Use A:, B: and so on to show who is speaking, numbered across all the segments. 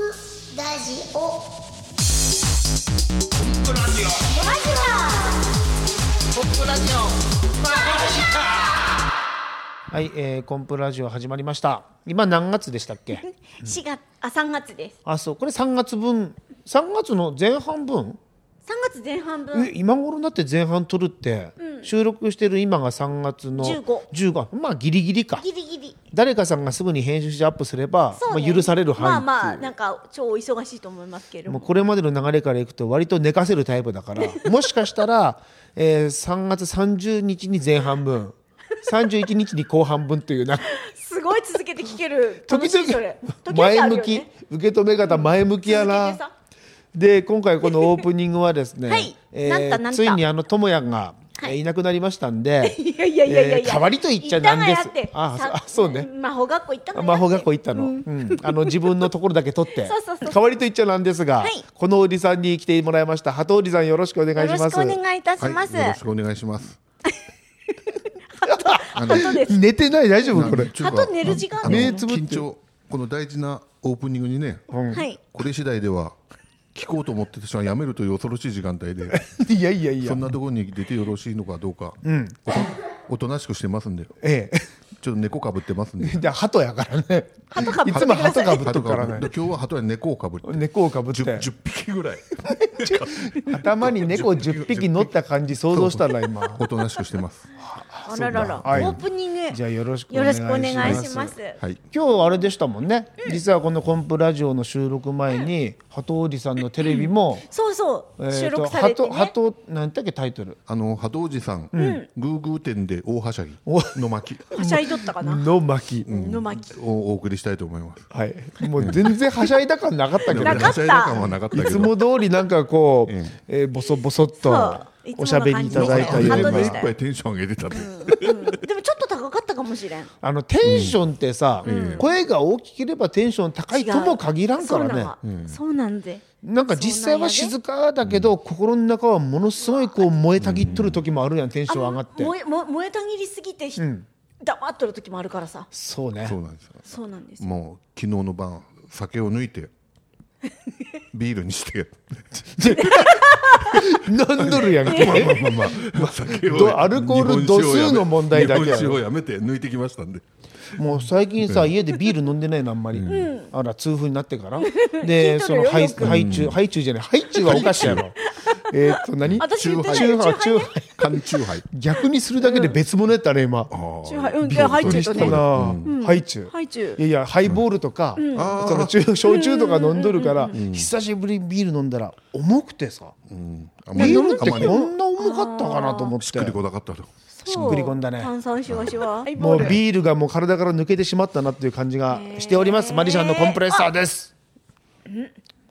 A: ラジオ
B: ポップラジオ
A: ラジ
B: ポップラジオ
C: はい、えーコンプラジオ始まりました。今何月でしたっけ？
D: 四月、あ、三月です。
C: あ、そう、これ3月分、3月の前半分。
D: 三月前半
C: え
D: 分。
C: 今頃になって前半撮るって、収録してる今が3月の
D: 15
C: 15まあギリギリか。
D: ギリギリ。
C: 誰かさんがすぐに編集してアップすれば、
D: そう
C: ま
D: ね
C: あ許される範囲
D: ま
C: っ
D: あ
C: ていう。
D: まあ、なんか超お忙しいと思いますけれど
C: もう
D: も。
C: これまでの流れからいくと割と寝かせるタイプだから もしかしたら、えー3月30日に前半分31日に後半分というな
D: すごい続けて聞ける。
C: 時
D: 楽しいそ
C: 々
D: れ。時々あ
C: 前
D: る
C: 向
D: よ
C: き、
D: ね
C: 受け止め方前向きや
D: 続け
C: な
D: てさ
C: で今回このオープニングはですね、
D: はいなんだなんだ
C: ついにあのともやんが、
D: はい
C: えーいなくなりましたんで
D: いやいやいやいや
C: え
D: い
C: ー
D: や。
C: 代わりと言っちゃなんで
D: 行
C: す
D: ったがやって
C: あ
D: さ
C: あそうね
D: 魔法学校行ったの。
C: 魔法学校行ったの、うんあの自分のところだけ取って
D: そうそうそう
C: 代わりと言っちゃなんですが、
D: はい
C: このおじさんに来てもらいました鳩おじさんよろしくお願いし
D: よろ
C: ま
D: し
C: す
D: くお願いいたします。
B: はい、よろしくお願いしますあの
D: 鳩です。
C: 寝てない大丈夫これ
B: ちょっと
D: あと寝る時間
B: あの
C: 目つぶって
B: 緊張この大事なオープニングにね
D: はい。
B: これ次第では聞こうと思ってた人はやめるという恐ろしい時間帯で
C: いやいやい
B: そ
C: や
B: んなところに出てよろしいのかどうか、おとおとなしくしてますんで
C: え
B: ちょっと猫かぶってますんで
C: えじゃあ鳩やからね
D: 鳩かぶ
C: い
D: って
C: つ
D: く
C: も
D: ださい
C: 鳩かぶっとくから
B: 鳩
C: ね
B: ぶって今日は鳩は猫をかぶって
C: 猫をかぶって
B: 10, 匹ぐらい
C: 頭に猫10匹乗った感じ想像したら今
B: おとなしくし てます
D: あららら。オ
C: はい
D: ープニング。
C: じゃあよろしくお
D: よ
C: 願い
D: ろ
C: し
D: しくお
C: ます
D: 願いします。
B: はい
C: 今日あれでしたもんね、実はこのコンプラジオの収録前に鳩おじさんのテレビも、
D: そうそう。収録されて
C: 鳩
D: ね。
C: 鳩なんだっけタイトル
B: あの鳩おじさん、グーグー店で大はしゃぎの巻
D: はしゃいとったかな。
C: の巻、
D: の巻。
B: をお送りしたいと思います。
C: はいもう全然はしゃいだ感なかったけど
D: な
C: ね
D: かった
B: はしゃいだ感はなかった
C: い
B: けど。
C: つも通りなんかこう、
B: うん
C: えー、ボソボソっと
D: そういつも
C: お
D: の感じ
C: しゃべりいただいた
B: あ
C: り
B: れ
C: と
D: な
B: で
D: んか
B: 目
D: 鳩でした
B: いっぱいテンション上げてたって。
D: うんでもちょっと高かったかもしれん。
C: あのテンションってさ、声が大きければテンション高いとも限らんからね
D: 違うそうなんだそうなんで。
C: なんか実際は静かだけど、心の中はものすごいこう燃えたぎっとる時もあるやん、テンション上がって
D: 燃え燃え燃えたぎりすぎてひ、黙っとる時もあるからさ
C: そうね
B: そうなんですよ。
D: そうなんですよ
B: もう昨日の晩酒を抜い てビールにして。
C: 何ドルやんけ
B: まあまあまあまあ酒
C: どアルコール度数の問題だけ
B: 日本酒をやめて抜いてきましたんで。
C: もう最近さ家でビール飲んでないのあんまり、あら痛風になってからで
D: 聞いと
C: そ
D: る
C: の
D: よ
C: ハイ
D: よく
C: ハイチュウハイチュウじゃないハイチュウはおかしいやろえーっと何
D: 私言ってない
C: チュウハイ
D: チュウハイね
C: チュウハイ
B: 缶チューハイ。
C: 逆にするだけで別物やったね今
D: チューハイうんじゃあハイチューと
C: びっくりしたな
D: ね
C: ハイチュウ
D: ハイチュ
C: いやいやハイボールとか、その中焼酎とか飲んどるから、久しぶりにビール飲んだら重くてさ、
B: あ
C: ビールって
B: あまり
C: こんな重かったかなと思って
B: しっくりこなかったと。
D: し
C: しっくりこんだね
D: 炭酸シュワシュワ
C: もうビールがもう体から抜けてしまったなっていう感じがしております、マリシャンのコンプレッサーです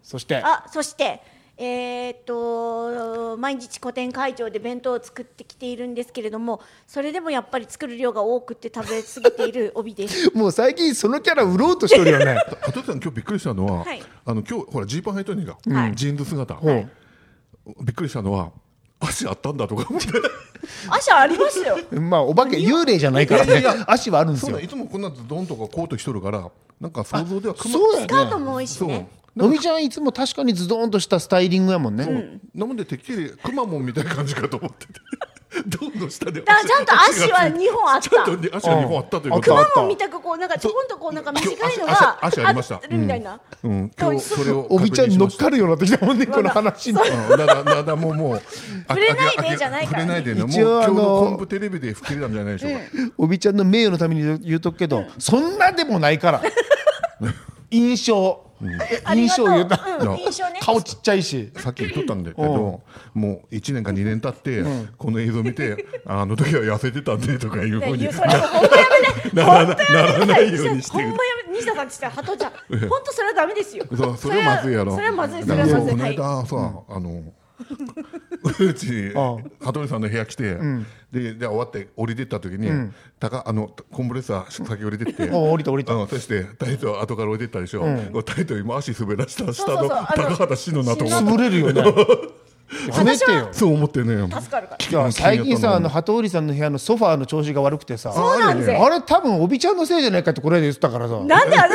C: そして
D: あそしてえーっと毎日個展会場で弁当を作ってきているんですけれどもそれでもやっぱり作る量が多くて食べ過ぎている帯です
C: もう最近そのキャラ売ろうとしてるよ ね
B: 加藤さん今日びっくりしたのは
D: はい、
B: あの今日ほらジーパン履いたの
D: は
B: が
D: い
B: ジーンズ姿。
C: い
B: びっくりしたのは足あったんだとか思って。
D: 足ありますよ
C: まあお化け幽霊じゃないからね足はあるんです
B: そう
C: よ
B: だいつもこんなドンとかコート着とるからなんか想像ではくま
C: そう
D: スカ
C: だ
D: ート
C: よね
D: も多いし
B: そう
D: ね
C: のみちゃんいつも確かにズドーンとしたスタイリングやもんね、
B: なのでてっきりくまモンみたいな感じかと思っ ててドンの下
D: だ
B: で
D: からちゃんと足は
B: が
D: 2本あっ
B: ちゃん
D: た
B: とね足は2本あったというこ
C: あ
B: と
C: あ
B: は
C: っ、た
D: もう見たくこうなんかちょこんとこうなんか短いの
B: 足
D: が
B: 足足ありました
D: ってるみたいな、
B: うん、今日それを
C: おみちゃん乗っか
B: る
C: るようになってきたもんねこの話に
B: だだだだもうもう
D: 触
B: 触
D: れないでじゃないから
B: 触れないでねもう
C: 一応
B: 今
C: あ
B: 日
C: の
B: のコンプテレビで吹っ切れたんじゃないでしょうか、
C: おびちゃんの名誉のために言うとくけど、そんなでもない から印象、
D: あり
C: 印
D: がと
C: 象言
D: う
C: うた、
D: うん印象ね
C: 顔ちっちゃいし
B: さっき言っとったんだけど、もう1年か2年経って、この映像見てあの時は痩せてたねとかいうふう
D: い
B: に
D: やそれほんまやめな
B: なら
D: い
B: な
D: 本当
B: なら
D: やめ
B: ない
D: い
B: ようにして
D: ほんまやめ西田さんちしたら鳩ちゃん本当それはダメですよ
B: そうそれはまずいやろ
D: それはまずいそ
B: だ
D: れ
B: か
D: は
B: ら
D: まずい
B: この
D: はい
B: 間さ、あのうちに羽鳥さんの部屋来て、でで終わって降りてった時に、高あのコンプレッサー先降りてって、
C: あ降りた降りた
B: あのそしてタイト後から降りてったでしょ、タイト今足滑らした
D: そ
B: 下
D: うそうそ
B: の
D: うあの
B: 高畑氏のなと思っ
C: 潰れるよ ねやめてよ
B: てそう思ってね
D: 助かるから
C: いや最近さあの鳩織さんの部屋のソファーの調子が悪くてさ
D: そうなんですよ
C: あれ多分おびちゃんのせいじゃないかってこれで言ってたからさ
D: なんであれ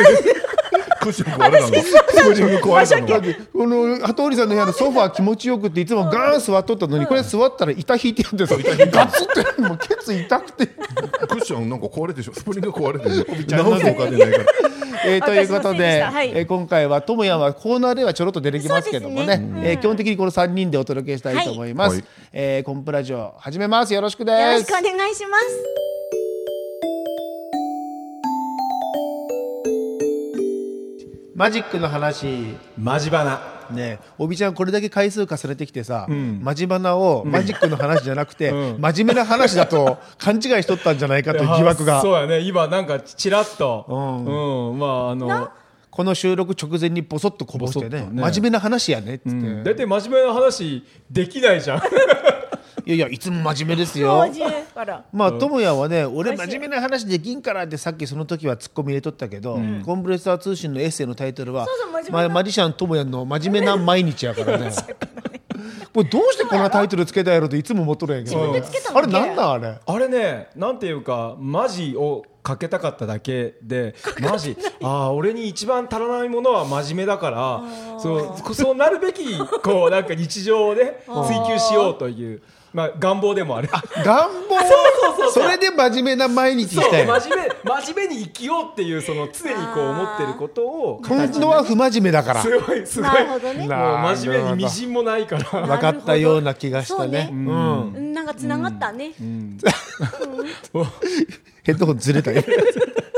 B: クッション壊れたのクッション壊れた
C: だっ
B: の
C: てこの鳩織さんの部屋のソファー気持ちよくっていつもガーン座っとったのにこれ座ったら板引いてや ってさガツってもうケツ痛くて。
B: クッションなんか壊れてしょスプリング壊れてる
C: ちゃん
B: 直すお金ないから
C: えーということ
D: 私もそうでし
C: で、
D: たはい
C: えー今回はともやんはコーナーではちょろっと出てきますけども
D: そう
C: ね
D: ですね
C: えー基本的にこの3人でお届けしたいと思います、
B: はいはい
C: えーコンプラジオ始めますよろしくです
D: よろしくお願いします
C: マジックの話
A: マジバナ
C: ねえおびちゃんこれだけ回数重ねてきてさ、マジバナをマジックの話じゃなくて、真面目な話だ と勘違いしとったんじゃないかという疑惑
A: あ
C: が
A: そうやね今なんかちらっとうん、まああの
C: この収録直前にボソッとこぼして
A: ボ
C: ね
A: ソッとね
C: 真面目な話やねっつって、
A: 大体真面目な話できないじ ゃん
C: いやいやいつも真面目ですよ
D: 教授から
C: まあ智也はね俺真面目な話できんからってさっきその時はツッコミ入れとったけど、コンプレッサー通信のエッセイのタイトルは
D: そうそう真面目
C: ま
D: な
C: マジシャン智也の真面目な毎日や からねこれどうしてこんなタイトルつけたやろっていつも思っとるんやけど、
A: 自分で
D: つけた
C: あ
D: の
C: れなんなんあれ
A: あれねなんていうかマジをかけたかっただけでマジああ俺に一番足らないものは真面目だからそうそうなるべきこうなんか日常をね追求しようという、まあ、願望でもある
C: 願望
A: そうそうそう
C: それで真面目な毎日
A: そう
C: したい
A: 真面目真面目に生きようっていうその常にこう思ってることを
C: 本当は不真面目だから
A: すごいすごい
D: なるほどね
A: もう真面目に微塵もないから
C: 分かったような気がしたね
D: そううんなんかつながったね
C: ヘッドホンずれたよ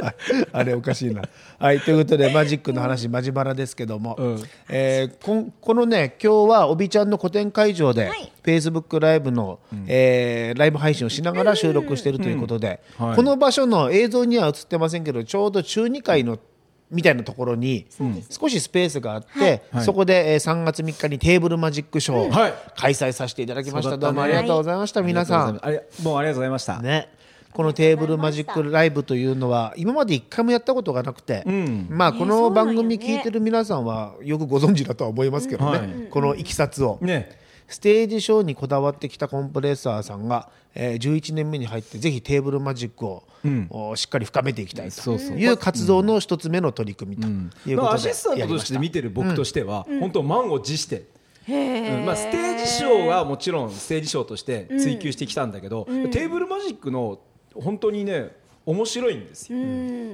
C: ああれおかしいな。はいということでマジックの話、マジバラですけども、
A: うん
C: えーこんこのね今日はおびちゃんの個展会場で、
D: はい
C: Facebook ライブの、えーライブ配信をしながら収録しているということで、
A: うんはい
C: この場所の映像には映ってませんけどちょうど中2階のみたいなところに少しスペースがあって、そこでえー3月3日にテーブルマジックショーを
A: はい
C: 開催させていただきました,、
A: そうだ
C: どう
A: ったね
C: もありがとうございました、皆さん
A: あれもうありがとうございました、
C: ね、このテーブルマジックライブというのは今まで一回もやったことがなくて、まあこの番組聞いてる皆さんはよくご存知だとは思いますけどね、
A: うん
C: このいきさつを、
A: ね
C: ステージショーにこだわってきたコンプレッサーさんが、えー11年目に入ってぜひテーブルマジックを、おしっかり深めていきたいと
A: そうそ
C: いう活動の一つ目の取り組みという
A: だ
C: こ
A: から
C: と
A: アシ
C: で
A: スタン
C: やり
A: トと
C: ま
A: し
C: してた。
A: 見てる僕としては、本当満を持して、うんまあ、ステージショーはもちろんステージショーとして追求してきたんだけど、テーブルマジックの本当にね面白いんですよ、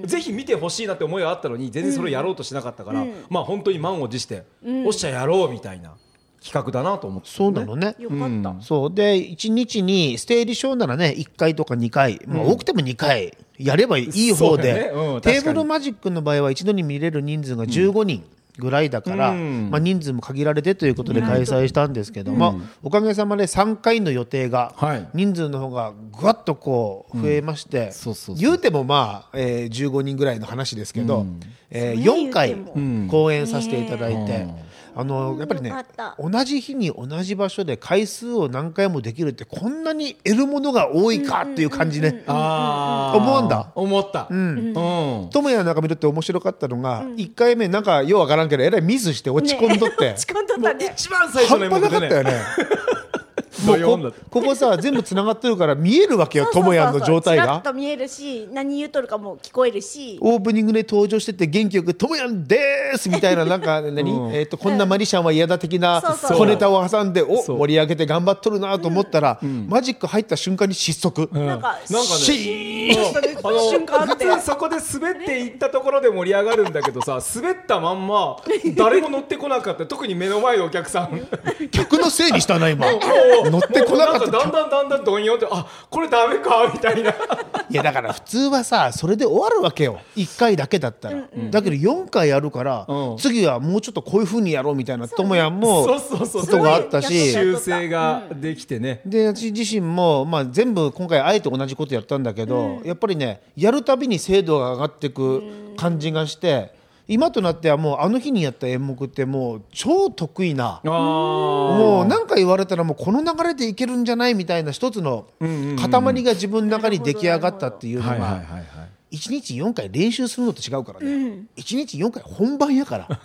A: ぜひ見てほしいなって思いがあったのに全然それをやろうとしなかったから、まあ本当に満を持して、おっしゃやろうみたいな企画だなと思って、
C: そうなのね
D: よかった
C: そうで1日にステージショーならね1回とか2回、まあ、多くても2回やればいい方で、
A: そうだねうん
C: テーブ
A: 確か
C: ル
A: に
C: マジックの場合は一度に見れる人数が15人ぐらいだから、
A: うん
C: まあ、人数も限られてということで開催したんですけども、おかげさまで3回の予定が
A: はい
C: 人数の方がぐわっとこう増えまして、
A: そうそうそう
C: 言うてもまあ、えー15人ぐらいの話ですけど、え
D: そうね
C: 4回
D: 言うて
C: 公演させていただいて。あの
D: うん
C: やっぱりね
D: よかった
C: 同じ日に同じ場所で回数を何回もできるってこんなに得るものが多いかっていう感じね。
A: あ
C: ー思うんだ
A: 思ったうん、
C: 智也なんか見るって面白かったのが、1回目なんかようわからんけどえらいミスして落ち込んどって、
D: ね落ち込んどったね
A: 一番最初
C: 半
A: の
C: 端なかったよね。も
A: ド
C: う
A: ヨンだ
C: こここさ全部つながってるから見えるわけよ智也の状態
D: ちらっ
C: が。
D: と見えるし何言うとるかも聞こえるし
C: オープニングで登場してて元気よく「ともやんです!」みたいななんか何、えー、とこんなマリシャンは嫌だ的な
D: そうそう
C: 小ネタを挟んでお
A: そう
C: 盛り上げて頑張っとるなと思ったら、マジック入った瞬間に失速、
D: なんか
A: なんかね
C: シーン
A: あの
D: 瞬間あ
A: 普
D: って
A: 通そこで滑っていったところで盛り上がるんだけどさ滑ったまんま誰も乗ってこなかった 特に目の前のお客さん
C: 客のせいにしたな今乗ってこなか
A: も
C: った
A: うんだんだんだんだんどんよってあこれダメかみたいない
C: やだから普通はさそれで終わるわけよ1回だけだったら、だけど4回やるから、
A: うん
C: 次はもうちょっとこういうふうにやろうみたいなともやんも
A: そうそうそう
C: ことがあったし
A: 修正ができてね
C: で私自身も、まあ、全部今回あえて同じことやったんだけど、やっぱりねやるたびに精度が上がっていく感じがして、今となってはもうあの日にやった演目ってもう超得意な。
A: あ
C: もう何か言われたらもうこの流れでいけるんじゃないみたいな一つの塊が自分の中に出来上がったっていうの
A: あ
C: が1日4回練習するのと違うからね1日4回本番やから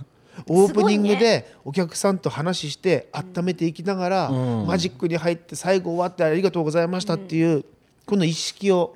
C: オープニング
D: すごい
C: でお客さんと話して温めていきながらマジックに入って最後終わってありがとうございましたっていうこの意識を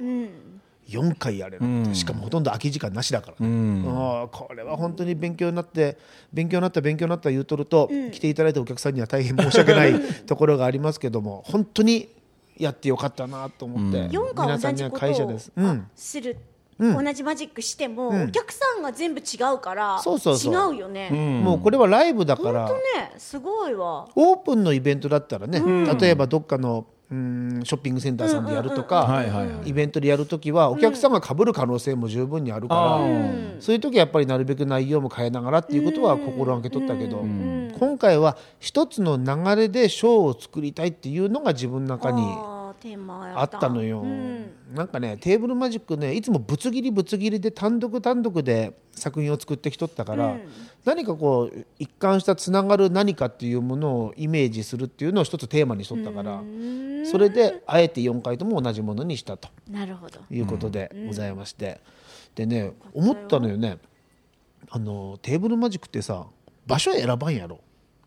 C: 4回やれるって、しかもほとんど空き時間なしだから、ねうんこれは本当に勉強になって勉強になった勉強になった言うとると、来ていただいたお客さんには大変申し訳ないところがありますけども 本当にやってよかったなと思って、
D: 4回
C: 皆さ
D: 同
C: んに
D: じ
C: は
D: こ
C: 感謝
D: と
C: で
D: を
C: す。うん
D: する、同じマジックしても、
C: ん
D: お客さんが全部違うから
C: そうそうそう
D: 違うよね、
C: もうこれはライブだか
D: ほん
C: ら
D: とねすごいわ
C: オープンのイベントだったらね、例えばどっかのうんショッピングセンターさんでやるとか、
A: はいはいはい
C: イベントでやるときはお客さんがかぶる可能性も十分にあるから、
A: うん
C: そういう時はやっぱりなるべく内容も変えながらっていうことは心がけとったけど、今回は一つの流れでショーを作りたいっていうのが自分の中に
D: あーテーマや
C: あったのよ、なんかねテーブルマジックねいつもぶつ切りぶつ切りで単独単独で作品を作ってきとったから、何かこう一貫したつながる何かっていうものをイメージするっていうのを一つテーマにしとったから、それであえて4回とも同じものにしたと
D: なるほど
C: いうことでございまして、でね思ったのよねあのテーブルマジックってさ場所選ばんやろ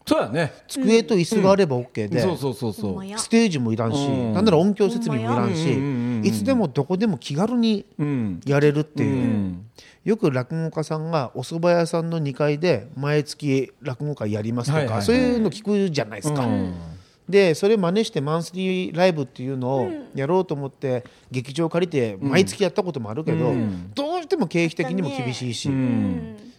A: そうやね
C: 机と椅子があれば OK で、
A: そうそうそ
D: ほ
A: う
D: ん
A: そ
D: ま
A: う
D: や
C: ステージもいらんし、なんなら音響設備もいらんし、
A: ほんまやうんうんうんうん
C: いつでもどこでも気軽に
A: うん
C: やれるっていう、
A: うん
C: よく落語家さんがお蕎麦屋さんの2階で毎月落語会やりますとか、
A: はいはいはい
C: そういうの聞くじゃないですか。でそれ真似してマンスリーライブっていうのをやろうと思って劇場借りて毎月やったこともあるけど、どうしても経費的にも厳しいし、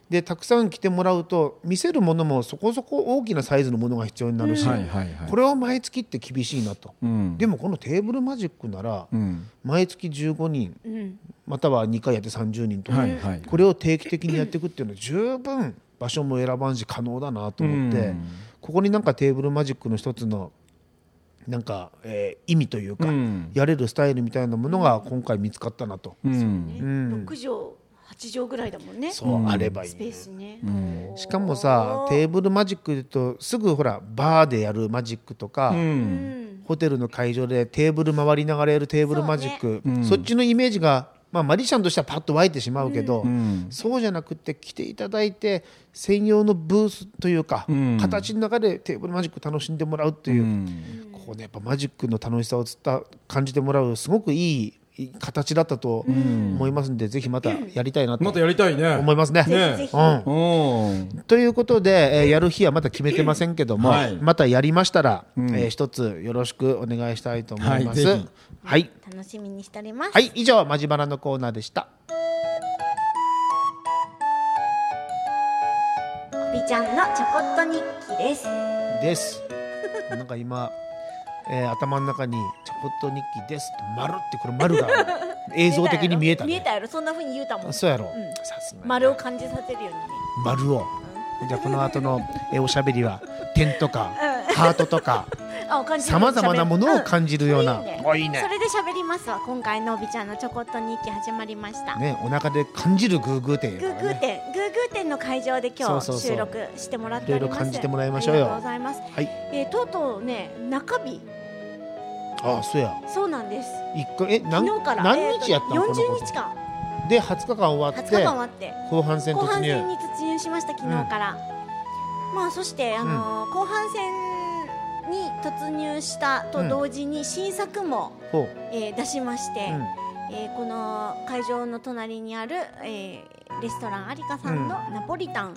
C: でたくさん来てもらうと見せるものもそこそこ大きなサイズのものが必要になるし、
A: はいはいはい
C: これは毎月って厳しいなと、
A: ん
C: でもこのテーブルマジックなら
A: ん
C: 毎月15人、または2回やって30人とか、
A: はいはい
C: これを定期的にやっていくっていうのは十分場所も選ばんし可能だなと思って、
A: うん
C: ここになんかテーブルマジックの一つのなんか、えー意味というか、
A: うん
C: やれるスタイルみたいなものが今回見つかったなと、
A: うん
D: 6畳8畳ぐらいだもんねス
C: そうあればいいね、
D: ペースね、
C: しかもさテーブルマジックで言うとすぐほらバーでやるマジックとか、
A: うん
C: ホテルの会場でテーブル回りながらやるテーブルマジックそ,、っちのイメージが、まあ、マリシャンとしてはパッと湧いてしまうけど、そうじゃなくて来ていただいて専用のブースというか、形の中でテーブルマジック楽しんでもらうという、ここねやっぱマジックの楽しさをつった感じてもらうすごくいい形だったと思いますんで、ぜひまたやりたいなと
A: またやりたいね
C: 思いますね。
A: ね
D: ぜひぜひ、
C: うん
A: うん
C: ということで、えーやる日はまだ決めてませんけども、
A: はい
C: またやりましたら、えー一つよろしくお願いしたいと思います。
A: は
C: はいい
A: ぜ、
C: はい
D: 楽しみにしております、
C: はい以上マジバラのコーナーでした。
D: おびちゃんのちょこっと日記です
C: です。 なんか今、えー頭の中にちょこっと日記ですって丸ってこれ丸が 映像的に見えた、ね。
D: 見えたやろそんな風に言うたもん
C: そうやろ。
D: ん
C: さすがに
D: 丸を感じさせるようにね
C: 丸を。じゃあこの後の、えーおしゃべりは点とか、ハートと か
D: あ感じる
C: さまざまなものを
D: じ
C: 感じるような。おいいね
D: それで喋りますわ今回のおびちゃんのちょこっと日記始まりました、
C: ねお腹で感じるグーグーっていうか
D: グー
C: ら
D: グー
C: ね。
D: 店、グーグー店の会場で
C: そう
D: 今日
C: そうそう
D: 収録してもらっており
C: いろ
D: ます
C: いろ感じてもらいましょうよ
D: ありがとうございます、
C: はい。
D: えー、とうとうね中日
C: ああそうや。
D: そうなんです
C: 一回え何
D: 昨日から
C: 何日やったの、
D: えー
C: ことのこ
D: 40日間
C: とで20日間終わ
D: 20
C: っ
D: 日
C: て
D: 間終わって
C: 後半戦
D: 後
C: 突
D: 半
C: 入
D: 戦に突入しました昨日から、まあそしてあのー後半戦に突入したと同時に新作も、
C: ほう
D: えー出しまして、
C: うん
D: えーこの会場の隣にある、えーレストラン有香さんのナポリタン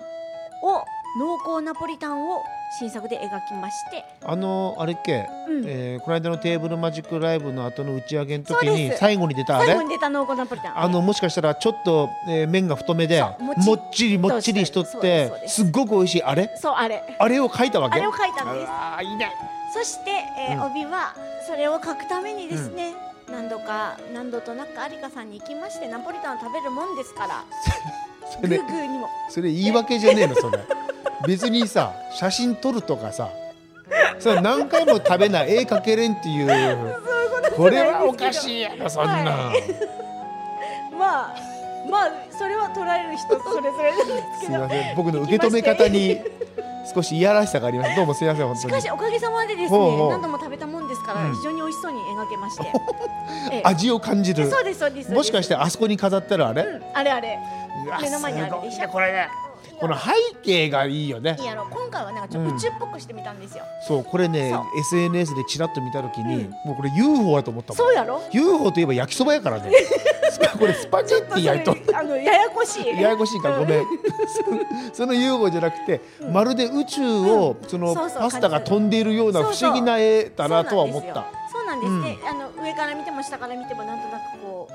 D: を、濃厚ナポリタンを新作で描きまして
C: あのあれっけ、
D: うん
C: えーこの間のテーブルマジックライブの後の打ち上げの時
D: そう
C: に
D: です
C: 最後に出たあ
D: 最
C: れ
D: 後に出た濃厚ナポリタン
C: あのもしかしたらちょっと、えー麺が太めで
D: そうもっち
C: もっちり
D: り
C: もっちりしとっ
D: そう
C: て
D: ですそうです
C: すっごく美味しいあれ
D: そうあれ
C: あれを書いたわ
D: あ
C: け
D: れを描いたんです
C: ああいいね
D: そして、えー帯はそれを書くためにですね、何度か何度となく有香さんに行きましてナポリタンを食べるもんですから
C: そ
D: グ
C: れ
D: ーグーにも
C: それ言い訳じゃねえのそれ別にさ写真撮るとかさそれ何回も食べない絵描けれんっていうこれはおかしいやろそんなん、
D: はまあまあそれは捉える人それぞれなんですけ
C: す
D: ど
C: みません、僕の受け止め方に少しいやらしさがあります。どうもすみません、本
D: し
C: 当
D: か
C: に
D: し。おかげさまでですね
C: ほうほう
D: 何度も食べたもんですから、
C: うん
D: 非常に美味しそうに描け まして、ええ
C: 味を感じる。
D: そうですそうですそうです
C: もしかしてあそこに飾ったらあれ、
D: うんあれあれ
C: うわ
D: 目の前にあるでし
C: すごいね
D: ょ
C: これね。この背景がいいよね
D: いい。やろ今回はなんかちょっと宇宙っぽくしてみたんですよ、
C: そう、これね
D: そ、
C: SNS でちらっと見たときに、もうこれ UFO だと思ったもん。
D: そうやろ
C: UFO といえば焼きそばやからね。スパこれスパゲッティ焼いとん
D: あのややこしい。
C: ややこしいからごめん そその UFO じゃなくて、まるで宇宙をその
D: そうそう
C: パスタが飛んでいるような
D: そう
C: 不
D: そう
C: 思議な絵だなとは思った
D: そうなんですよ。そうなんですね。あの上から見ても下から見てもなんとなくこう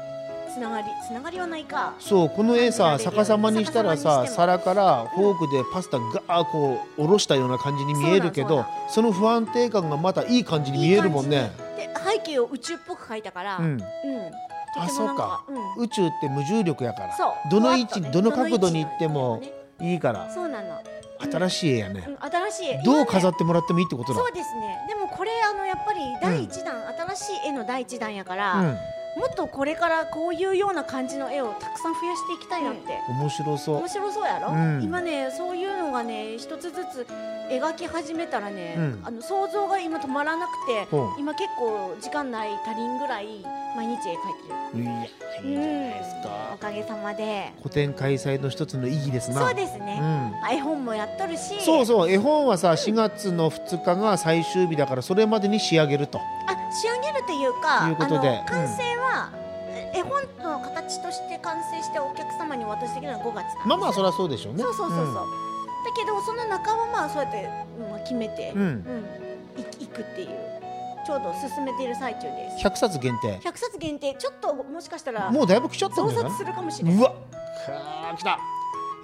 D: つながりつながりはないか。
C: そうこの絵さ逆さまにしたら
D: 逆さま
C: さ
D: にしても
C: 皿からフォークでパスタガーこう下ろしたような感じに見えるけ
D: そう
C: ど
D: だ
C: その不安定感がまたいい感じに見えるもんね。
D: で背景を宇宙っぽく描いたから。
C: う
D: うんん。と
C: あ
D: ても
C: そ
D: な
C: うん
D: か
C: か。
D: うん。
C: 宇宙って無重力やから
D: そう
C: どの位置
D: ふわっと
C: ど
D: ね
C: の角度に行っても
D: どの位置
C: いいから
D: そうなの。
C: 新しい絵やね
D: うん新しい。
C: どう飾
D: っ
C: ってもらってもいいってことだ
D: そうですね。でもこれあのやっぱり第一弾、新しい絵の第一弾やから、
C: うん
D: もっとこれからこういうような感じの絵をたくさん増やしていきたいなって。
C: 面白そう
D: 面白そうやろ、
C: うん
D: 今ねそういうのがね一つずつ描き始めたらね、
C: うん
D: あの想像が今止まらなくて、
C: ほう
D: 今結構時間ない足りんぐらい毎日絵描い
C: いやいいじゃないです
D: てるお
C: か
D: かげさまで
C: 古典開催の一つの意義ですな
D: そうですね、
C: うん
D: まあ絵本もやっとるし
C: そうそう絵本はさ4月の2日が最終日だからそれまでに仕上げると
D: あ仕上げるというか
C: いうことで
D: あの完成は、え絵本の形として完成してお客様にお渡しできるのは5月なん
C: まあまあそりゃそうでしょうね
D: そうそうそうそう、だけどその中はまあそうやって、まあ、決めて、
C: うん
D: うん、い行くっていうちょうど進めている最中です
C: 100冊限定
D: 100冊限定ちょっともしかしたら
C: もうだいぶ来ちゃったん
D: 増
C: じゃない
D: 刷するかもしれないう
C: わっかー来た、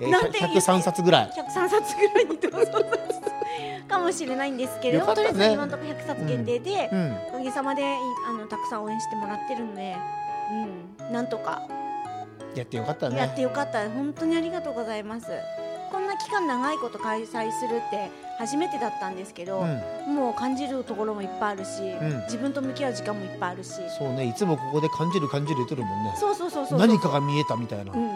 C: えー、
D: なんて言う
C: 103冊ぐらい
D: 103冊ぐらいに増刷するかもしれないんですけれど
C: よか
D: も、
C: った
D: と
C: ね
D: りあえず今のところ100冊限定で、
C: うん
D: おかげさまでいあのたくさん応援してもらってるので、うん、なんとか
C: やってよかったね
D: やってよかった、本当にありがとうございますこんな期間長いこと開催するって初めてだったんですけど、
C: うん
D: もう感じるところもいっぱいあるし、
C: ん
D: 自分と向き合う時間もいっぱいあるし
C: そうねいつもここで感じる感じる言ってるもんね
D: そうそうそうそう
C: 何かが見えたみたいな、
D: う
C: うん
D: ん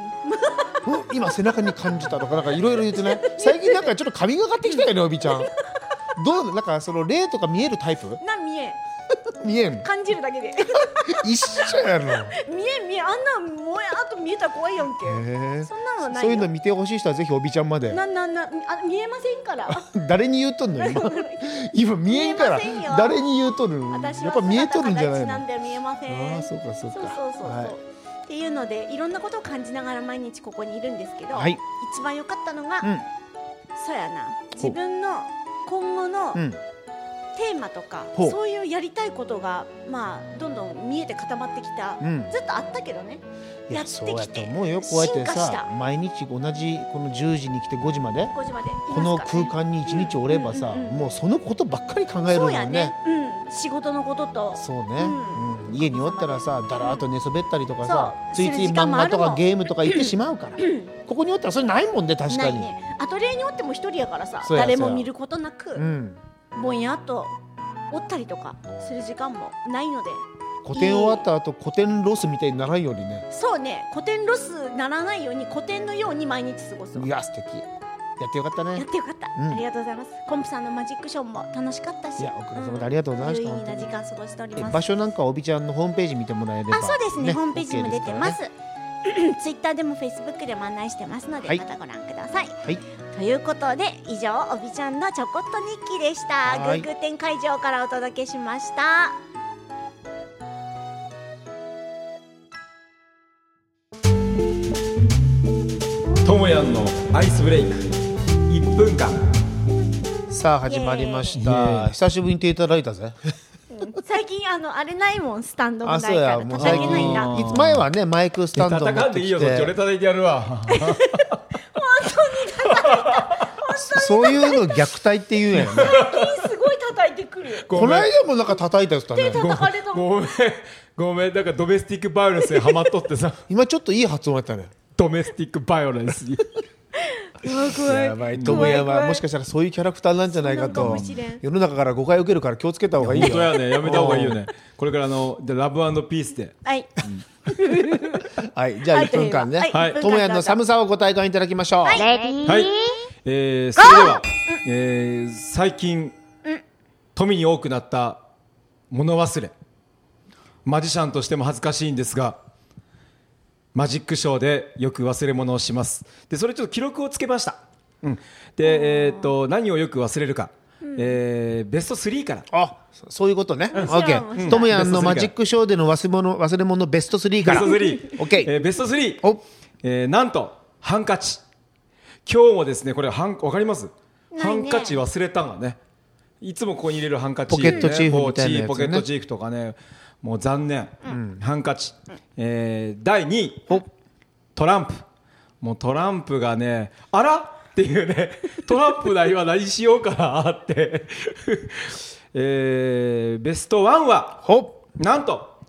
C: 今背中に感じたとかなんかいろいろ言ってない最近なんかちょっと髪がかってきたよねおびちゃんどうなんかその霊とか見えるタイプ
D: な見え
C: 見えん
D: 感じるだけで
C: 一緒やろ
D: 見え見えあんなんもやっと見えたら怖いやんけ、
C: へ
D: そんなのは
C: え
D: ない
C: そういうの
D: よ
C: 見てほしい人はぜひおびちゃんまで
D: ななんなんあ見えませんから
C: 誰に言 うとんの今今見えんから
D: 見えませんよ
C: 誰に言うとるのや
D: 私
C: っ
D: は
C: ぱ見えとるんじゃない
D: 姿形なん
C: の
D: で見えません
C: あーそうかそうか
D: そうそうそうそう、
C: はい
D: っていうのでいろんなことを感じながら毎日ここにいるんですけど、
C: はい
D: 一番良かったのが、
C: うん
D: そうやな自分の今後の
C: うん
D: テーマとか、
C: ほう
D: そういうやりたいことがまあどんどん見えて固まってきた、
C: うん
D: ずっとあったけどね
C: い
D: や
C: や
D: って
C: そうや
D: き
C: と
D: て
C: 思うよこうやって
D: 進化し
C: さ
D: た
C: 毎日同じこの10時に来て5時まで
D: 5時までいますからね
C: この空間に一日おればさ、
D: うんうんうん
C: もうそのことばっかり考える
D: そ
C: も
D: うんや
C: ね
D: ね、うん、仕事のことと
C: そうね、
D: うん
C: うん家におったらさだらーっと寝そべったりとかさ、
D: そ
C: つ
D: う
C: いつい
D: する時間
C: 漫
D: もあ
C: 画
D: るも
C: と
D: ん
C: かゲームとか行ってしまうから、ここにおったらそれないもんね確
D: な
C: か
D: い
C: に、
D: ねアトリエにおっても一人やからさ
C: そうや
D: 誰
C: そう
D: も
C: や
D: 見ることなく、
C: うん、
D: ぼんやっとおったりとかする時間もないので
C: 古典終わった後古典ロスみたいにならんようにね
D: そうね古典ロスならないように古典のように毎日過ごすわ
C: いや素敵やってよかった
D: や
C: ね
D: ってよかった、
C: うん
D: ありがとうございますコンプさんのマジックショーも楽しかったし
C: いやおかげさまでありがとうございました
D: うん有意義な時間過ごしており
C: え
D: ます
C: 場所なんかおびちゃんのホームページ見てもらえれば
D: あそうですねホームページにも
C: OK
D: 出てま
C: です
D: す ツイッターでもフェイスブックでも案内してますので、
C: はい
D: またご覧ください
C: からね
D: ということで以上おびちゃんのちょこっと日記でした
C: は
D: グ
C: い
D: ーグー展会場からお届けしました
A: ともやんのアイスブレイク1分間
C: はいさあ始まりました久しぶりに手いただいたぜ
D: 最近あのあれないもんスタンドもな
C: あ
D: いか
C: そうや
D: ら
C: もう
D: 叩
C: 最
D: け
C: 近
D: ないんだ
A: あ
C: いつ前はねマイクスタンド持
A: 叩か
C: っ
A: ん
C: て
A: でいい
C: き
A: よそっち俺
C: て
A: 叩いてやるわ
C: そういうの虐待って言うんやよね
D: すごい叩いてくる
A: ご
C: この
A: めん
C: 間もなんか叩いたやつだね
D: 叩かれたもん
A: ごめんごめんだからドメスティックバイオレンスにハマっとってさ
C: 今ちょっといい発音やったね
A: ドメスティックバイオレンスに
C: やばい友
D: 怖い
C: 也
D: 怖
C: はいもしかしたらそういうキャラクターなんじゃないか
D: そう
C: と
D: かもしれん
C: 世の中から誤解を受けるから気をつけた方がいいよ
A: 本当やねやめた方がいいよねこれからあのでラブピースで
D: はい
C: はいじゃあ
D: はい
C: 1分間ね
D: はい
C: 友也の寒さをご体感いただきましょう
A: はい、えー、それでは、えー、最近、富に多くなった物忘れマジシャンとしても恥ずかしいんですがマジックショーでよく忘れ物をしますでそれちょっと記録をつけました、うん、でえーっと何をよく忘れるか、えーベスト3から
C: あそそういうことね。オ
D: そう
C: ッケ
D: う
C: ー。
D: ん
C: トムヤンの
A: ベストスリーから
C: マジックショーでの忘れ物忘れ物ベスト3か
A: ベス
C: ら。
A: ト3。
C: オッケ
A: え
C: ー。
A: ーベスト3。
C: お
A: えーなんと、ハンカチ。今日もですね、これ、ハン、わかります、
D: ないね
A: ハンカチ忘れたがね。いつもここに入れるハンカチ。
C: ポケットチーフ
A: ね
C: みたいなやつね
A: ポケットチーフとかね。もう残念。ハンカチ。えー第2位。トランプ。もうトランプがね、あらっていうね、トランプな今何しようかなって。えーベスト1は、
C: ほ
A: なんと、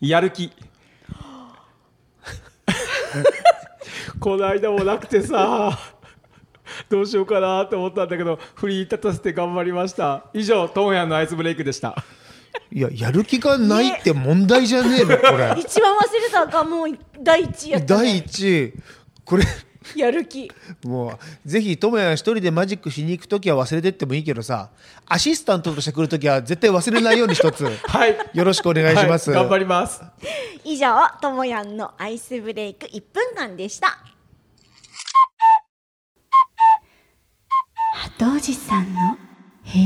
A: やる 気。この間もなくてさ、どうしようかなと思ったんだけど、振り立たせて頑張りました。以上、トンヤンのアイスブレイクでした。
C: いややる気がないって問題じゃねえのこれ。
D: 一番忘れたがもう第一やった、
C: 第
D: ね、
C: 一位これ
D: やる気
C: もうぜひトムヤン一人でマジックしに行くときは忘れてってもいいけどさ、アシスタントとして来るときは絶対忘れないように一つ。
A: はい。
C: よろしくお願いします。
A: はい頑張ります。
D: 以上ともやんのアイスブレイク1分間でした鳩おじさんの部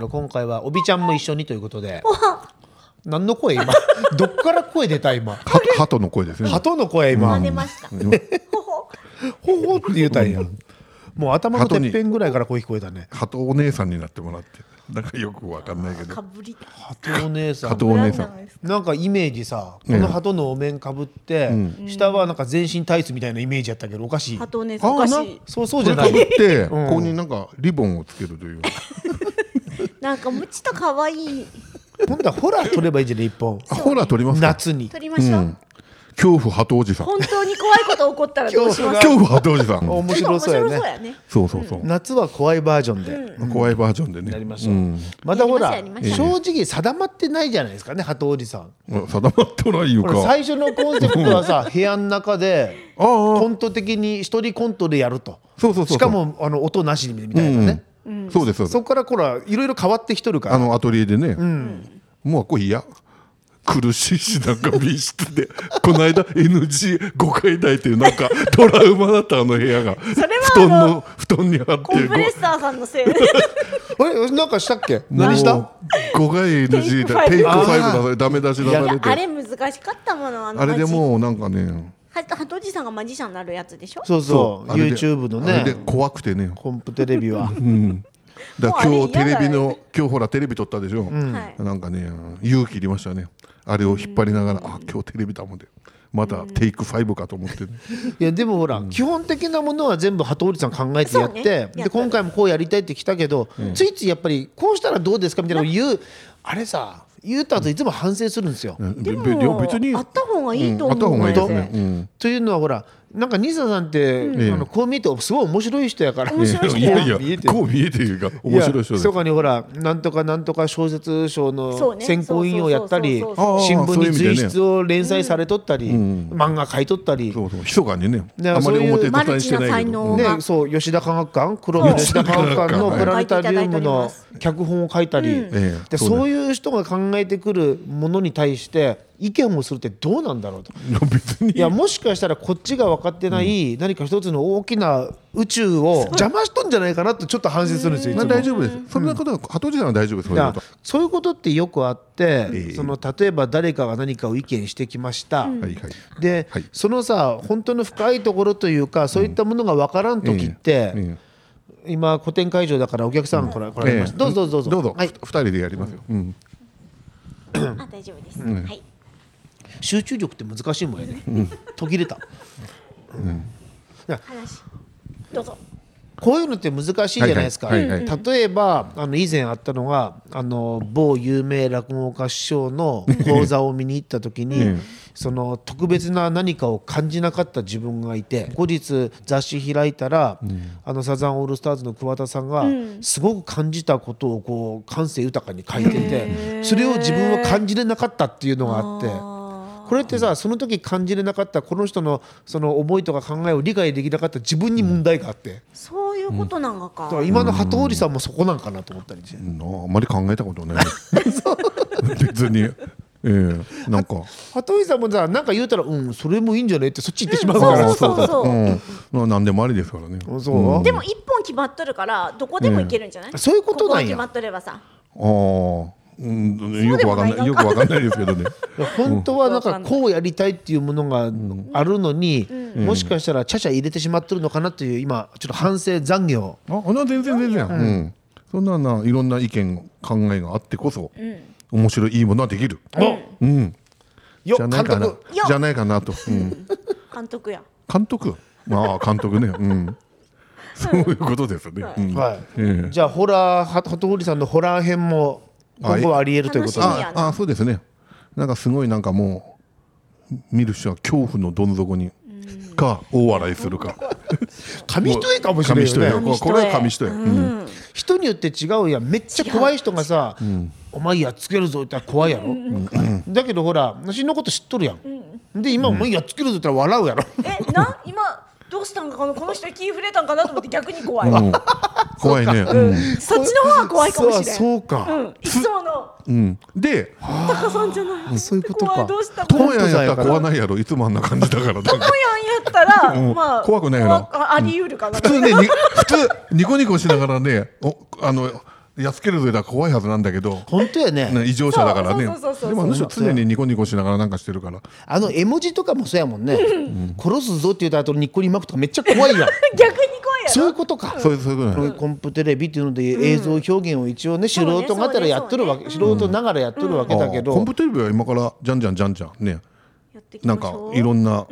D: 屋
C: 今回はおびちゃんも一緒にということで。
D: おは
C: 何の声今 どっから声出た今
B: ハトハトの声ですね。
C: 鳩の声
D: 真
C: 今
D: 似ました、ほほ
C: ほほって言うたんやもう頭のてっぺんぐらいから声聞こえたね
B: ハトお姉さんになってもらって、なんかよくわかんないけ
D: か
B: ど。
D: ぶり
C: 鳩お姉さ
B: ハ
C: ん
B: トお姉さ
D: なん
B: ん。
D: です
C: なんかイメージさこの鳩のお面かぶって、下はなんか全身タイツみたいなイメージやったけどおかしい
D: 鳩お姉さん
B: あ
D: お
B: あ
D: か
B: な
D: しい
C: そうそう
B: こ
C: じゃ
B: れか
C: な
B: ぶ
C: い
B: って、
C: うん
B: ここになんかリボンをつけるという。
D: なんかもうちょっと可愛い
C: 今度はホラー取ればいいじゃない一本
B: あ、ほら、取りますか。
C: 夏に
D: 撮りましょう、
B: 恐怖ハトおじさん。
D: 本当に怖いこと起こったらどうします
B: 恐怖ハトおじさん。
C: 面白そうや
D: 面
C: ね
D: 白そうやね
B: そうそうそう。
C: 夏は怖いバージョンで、
B: 怖いバージョンでね。
A: やりましょう
B: うん
C: またほら
D: やりましたやりました
C: 正直定まってないじゃないですかね鳩おじさん
B: 定まってないいう
C: これ
B: か。
C: 最初のコンセプトはさ部屋の中で
B: ああ
C: コント的に一人コントでやると
B: そうそうそうそう
C: しかもあの音なしみたいなね、
B: うんそうです。そうです
C: そこからこらいろいろ変わってきとるか
B: あ
C: ら
B: のアトリエでね、もうこれいや苦しいしなんか密室で この間 NG5 回台というなんかトラウマだったあの部屋が
D: それは
B: 布団
D: あ
B: の
D: の
B: 布団にあって
D: コンプレッサーさんのせいで
C: あれなんかしたっけ
B: もう
C: 何した
B: 5回 NG だ
D: テ
B: テ
D: イ
B: イ
D: ク
B: ク
C: ファイブ
B: 5だダメ出し出され
D: あ
B: て
D: れ難しかったものあの
B: あれでもうなんかね
D: マジは鳩おじさんがマジシャンになるやつでしょ
C: そうそう
B: あれで
C: YouTube の
B: あれで
C: ね
B: 怖くてね
C: コンプテレビは
B: だから
D: もうあれ嫌
B: 今日テ
D: だ
B: レ
D: よ
B: ビの今日ほらテレビ撮ったでしょ、
D: はい
B: なんかね勇気いりましたねあれを引っ張りながら、あ今日テレビだもんでまたテイク5かと思ってね、
C: いやでもほら、基本的なものは全部鳩織さん考えてやっ
D: そうねや
C: て、
D: っぱり
C: で今回もこうやりたいって来たけど、ついついやっぱりこうしたらどうですかみたいなのを言うあれさ言うた後いつも反省するんですよ。
D: で
B: べべいや
D: もあった方がいいと思う、
B: んあった方がいいです
D: 全然
B: ね、うん
C: というのはほらなんか西田さんって、あのこう見えてすごい面白い人やから
D: 面白い人
B: いやいや
C: 見えてる
B: こう見えてるが面白
C: や
B: い人です
C: 密かにほらなんとかなんとか小説賞
D: そう
C: の
D: ね
C: 選考委員をやったり
D: そう
B: そうそうそう
C: 新
B: あ
C: 聞
B: あそうい
C: に
B: う意味で
C: 随
B: ね
C: 筆を連載されとったり、漫画買いとったり
B: そうそう密かにね
C: だから
B: あまり表沙汰にしてな
D: マルチな
B: いけ
D: 才能
B: ど、
D: を
B: ね、
C: ね、そう吉田科学館黒部吉田科学館の
B: そう
C: プラネタリウム
D: は
C: の
D: い
C: 脚本を書いたり、
B: ええ
C: で
B: そう
C: そ
B: ね
C: ういう人が考えてくるものに対して意見をするってどうなんだろうと。
B: いや別に
C: いやもしかしたらこっちが分かってない何か一つの大きな宇宙を邪魔しとんじゃないかなとちょっと反省するんですよ。いつ
B: まあ
C: も
B: 大丈夫ですそんなことは鳩時さんは大丈夫ですそういう
C: だ
B: こ
C: か
B: と
C: らそういうことってよくあって、その例えば誰かが何かを意見してきました、
B: はいはい
C: で、
B: はい
C: そのさ本当の深いところというかそういったものが分からん時って、
B: ええ
C: 今古典会場だからお客さんから来ら
B: え
C: れ
B: え
C: ました、どうぞどうぞ
B: どうぞ、
C: は
B: はい2、人でやりますよ、うん
D: あ大丈夫です、はい
C: 集中力って難しいもんやね、途切れた
D: 話どうぞ
C: こういうのって難しいじゃないですか、
B: はいはいはいは
C: 例えばあの以前あったのがあの某有名落語家師匠の講座を見に行った時に、その特別な何かを感じなかった自分がいて後日雑誌開いたら、あのサザンオールスターズの桑田さんが、すごく感じたことをこう感性豊かに書いててそれを自分は感じれなかったっていうのがあって。これってさその時感じれなかったこの人のその思いとか考えを理解できなかった自分に問題があって、
D: そういうことなんがか、
C: だから今の鳩織さ んもそこなんかなと思ったりして、
B: うんああんまり考えたことない別にええなんか
C: 羽鳥さんもさなんか言うたらうんそれもいいんじゃねってそっち行ってしまう
D: そ
C: か
D: う
C: ら、
D: そうそうそう
B: うんまあ何でもありですからね
C: そう
B: うん
D: でも一本決まっとるからどこでも行けるんじゃない、
C: そういうことなんや
D: ここが決まっとればさ
B: ああ、うん、よくわかん
D: そうでもな
B: ないい、よくわかんないですけ どね。
C: いや本当はなんかこうやりたいっていうものがあるのに、もしかしたらちゃちゃ入れてしまってるのかなっていう今ちょっと反省残業
B: あ、あ、な、全然、全然、うん。そんなな、いろんな意見、考えがあってこそ、面白い、いいものはできる。うん、
C: よ
B: じゃ
C: 監
B: ないかな
C: 督、
D: よ
B: じゃないかなと。うん
D: 監督や
B: 監督、まあ、監督ね、うん。 そういうことですよね。うん
C: はい
B: ええ
C: じゃあホラーは羽鳥さんのホラー編も今後はありえるということで
D: 楽しみ
B: あ、あ、そうですね。なんかすごい、なんかもう。見る人は恐怖のどん底に。か、大笑いするか。
C: 紙一重かもしれない
B: 紙一重
C: よ
B: よ
C: ね
B: ここれは紙一重。うん
C: 人によって違うやんめっちゃ怖い人がさ「お前やっつけるぞ」って言ったら怖いやろだけどほら私のこと知っとるやんで今「お前やっつけるぞ」って言ったら笑うやろ
D: えな今どうしたんかこのこの人に気触れたんかなと思って逆に怖い、
B: うん怖いね。うん
D: そっちの方が怖いかもしれん
C: そうそうか
D: うん、いそうの
B: うん、で、
D: タカさんじゃない
C: そういうことか
D: 怖いどうした
B: と
D: の
B: もやんやったら怖ないやろ、いつもあんな感じだから。なんか
D: やったら、
B: うん
D: まあ
B: 怖くないよな
D: 怖ああり得るかな、
B: 普通ね、に普通、ニコニコしながらね、お、あの、やっつけるぞだ、怖いはずなんだけど。
C: 本当やね
B: ね異常者だからね。
D: そうそうそうそうそう
B: でも、あの人常にニコニコしながら、なんかしてるから。
C: あの絵文字とかもそうやもんね殺すぞって言った後にニッコリマークとかめっちゃ怖いやん
D: 逆に怖いやろ
C: そういうことか
B: そういう、そういうこと
C: こうい
B: ね
C: うコンプテレビっていうので映像表現を一応ね素人がたらやっとるわけ素人ながらやっとるわけだけ
B: あコ
C: ど
B: ンプテレビは今から、じゃんじゃんじゃんじゃん、ね。
D: やっていき
B: な
D: ま
B: ん
D: し
B: か
D: ょう
B: いろんな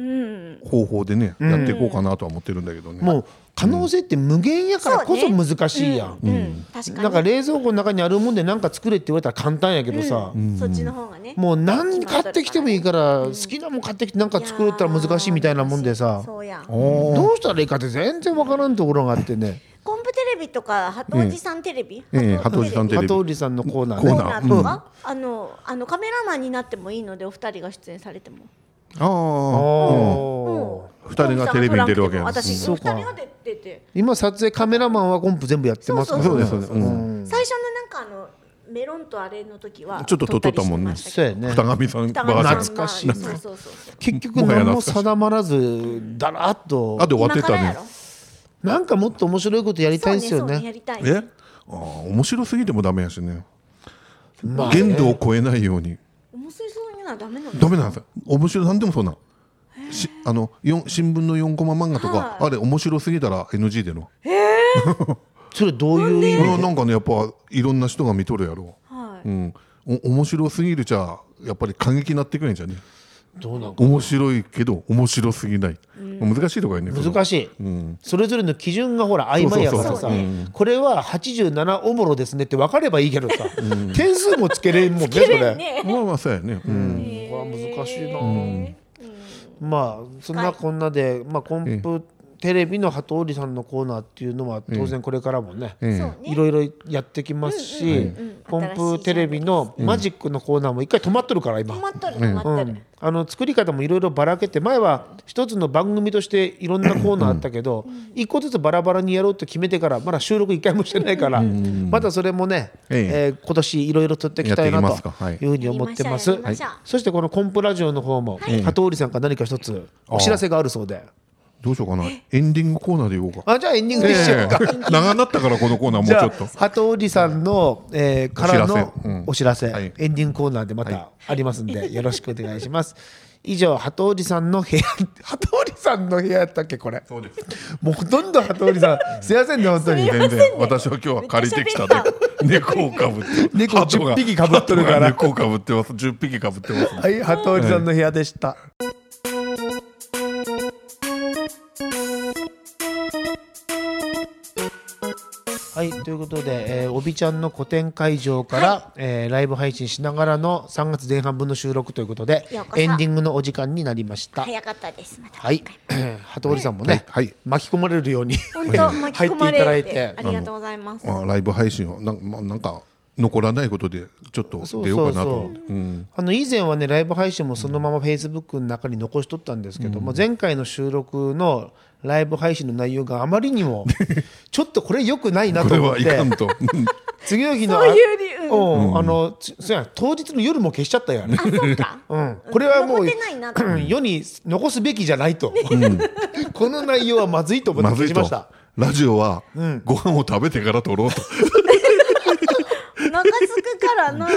B: 方法でね、やっていこうかなとは思ってるんだけどね。
C: もう可能性って無限やからこそ難しいやん
D: うんうん確かに
C: なんか冷蔵庫の中にあるもんで何か作れって言われたら簡単やけどさ、
D: そっちの方がね
C: もう何買ってきてもいい
D: か
C: から好きなもん買ってきて何か作るったら難しいみたいなもんでさ
D: そうやん
C: どうしたらいいかって全然わからんところがあってね
D: コンプテレビとか鳩おじさんテレビ、
B: ええ、鳩おじさんテレ
C: 羽
B: ビ。
C: 鳥さんのコーナー
B: コ
C: ね
D: コ
B: ー
D: ー
B: ナ
D: ナ
B: ー
D: ーとか、あのあのカメラマンになってもいいのでお二人が出演されても
B: ああ、
C: おー
D: うん
B: 二人がテレビに出るわけやん
D: 私
C: そ
D: 二
C: うか
D: 人が出てて
C: 今撮影カメラマンはコンプ全部やってますもんね
D: そう
B: そうそうそうそうですそうですうん
D: 最初のなんかあのメロンとあれの時は
B: ちょっと撮っとったもんね
D: 撮りし
C: そうや
D: てましたけど
C: ね
B: 二神さん
D: 二
B: バ
D: 川さ
B: ージ
D: ん
B: ョ
D: が
C: 懐
B: ン。
C: かしい
D: そうそうそうそう
C: 結局何も定まらずだらっと
B: あで終わってた
D: 今からや
B: ね
D: ろ。
C: なんかもっと面白いことやりたいですよ
D: そうねそうねや
C: ね
D: りたい
B: えああ面白すぎてもダメやしね
C: まあね
B: 限度を超えないように
D: 面白そうにはダメなの
B: ダメなんですよ面白なんでもそうなんしあのよん新聞の4コマ漫画とか、あれ面白すぎたら NG での、
C: それどういう意味
B: うんなんかねやっぱいろんな人が見とるやろ
D: は
B: う、うん、お面白すぎるじゃやっぱり過激になってくれんじゃね
C: どうなんか
B: 面白いけど面白すぎない、難しいとこやねその
C: 難しい、それぞれの基準がほら曖昧やから
B: そう
C: さ
B: そうそうそう
C: これは87おもろですねって分かればいいけどさ、点数もつけれんもんねそ
D: い
C: れ、
D: ね
B: まあまあそうやね、うん
C: これは難しいな、
D: え
C: まあそんなこんなで、まあ、コンプテレビの鳩織さんのコーナーっていうのは当然これからもね、
B: ええ
D: そうね
C: いろいろやってきますし、コンプテレビのマジックのコーナーも一回止まっとるから今、
D: 止まっとる止まっとる
C: あの作り方もいろいろばらけて前は一つの番組としていろんなコーナーあったけど一個ずつバラバラにやろうと決めてからまだ収録一回もしてないからまたそれもねえ
B: え
C: ー今年いろいろ撮っていきたいな
B: やっていき
C: と
B: ますかはい
C: いうふうに思ってます
D: やりましょうやりましょうはい
C: そしてこのコンプラジオの方も鳩織さんから何か一つお知らせがあるそうで
B: どうしようかなエンディングコーナーで言おうか
C: あじゃあエンディングでしようか
B: え え長なったからこのコーナーもう
C: じ
B: ち
C: ゃあ
B: ょっと
C: 鳩織さんのえーからのお
B: お
C: 知らせ
B: はい
C: エンディングコーナーでまたありますんでよろしくお願いします以上鳩織さんの部屋鳩織さんの部屋やったっけこれ
B: そうです
C: もうほとんど鳩織さん、すいませんね、本当に。
B: 全然私は今日は借りてきたね猫をかぶって
C: 猫
B: 鳩が
C: 10匹被ってるから
B: 鳩が猫をかぶってます10匹かぶってます
C: はい、鳩織さんの部屋でした。はい、ということで、えー、おびちゃんの古典会場から、えーライブ配信しながらの3月前半分の収録ということで
D: ようこ、そ
C: エンディングのお時間になりました。
D: 早かったですまた
C: はい、 鳩織さんもね、
B: はいはい
C: 巻き込まれるように
D: 本当巻き込まれ
C: 入っていただいて
D: てありがとうございます
B: あライブ配信をなん,、まあ、なんか残らないことでちょっと出ようかなと思って
C: そう
B: うん
C: あの以前はねライブ配信もそのままフェイスブックの中に残しとったんですけども、前回の収録のライブ配信の内容があまりに もちょっとこれ良くないな
B: ことれ
C: 思っ
B: はい
C: て
B: か んと
C: 次の日の
D: そういう理由
C: うんあのつそうや当日の夜も消しちゃったよね、
D: そうか
C: うん、これはもう
D: 残ってないなと
C: うん世に残すべきじゃないと、 この内容はまずいと思って
B: ま
C: 消
B: ずい
C: しま
B: と
C: した。
B: ラジオはご飯を食べてから撮ろうと、
D: お腹すくからな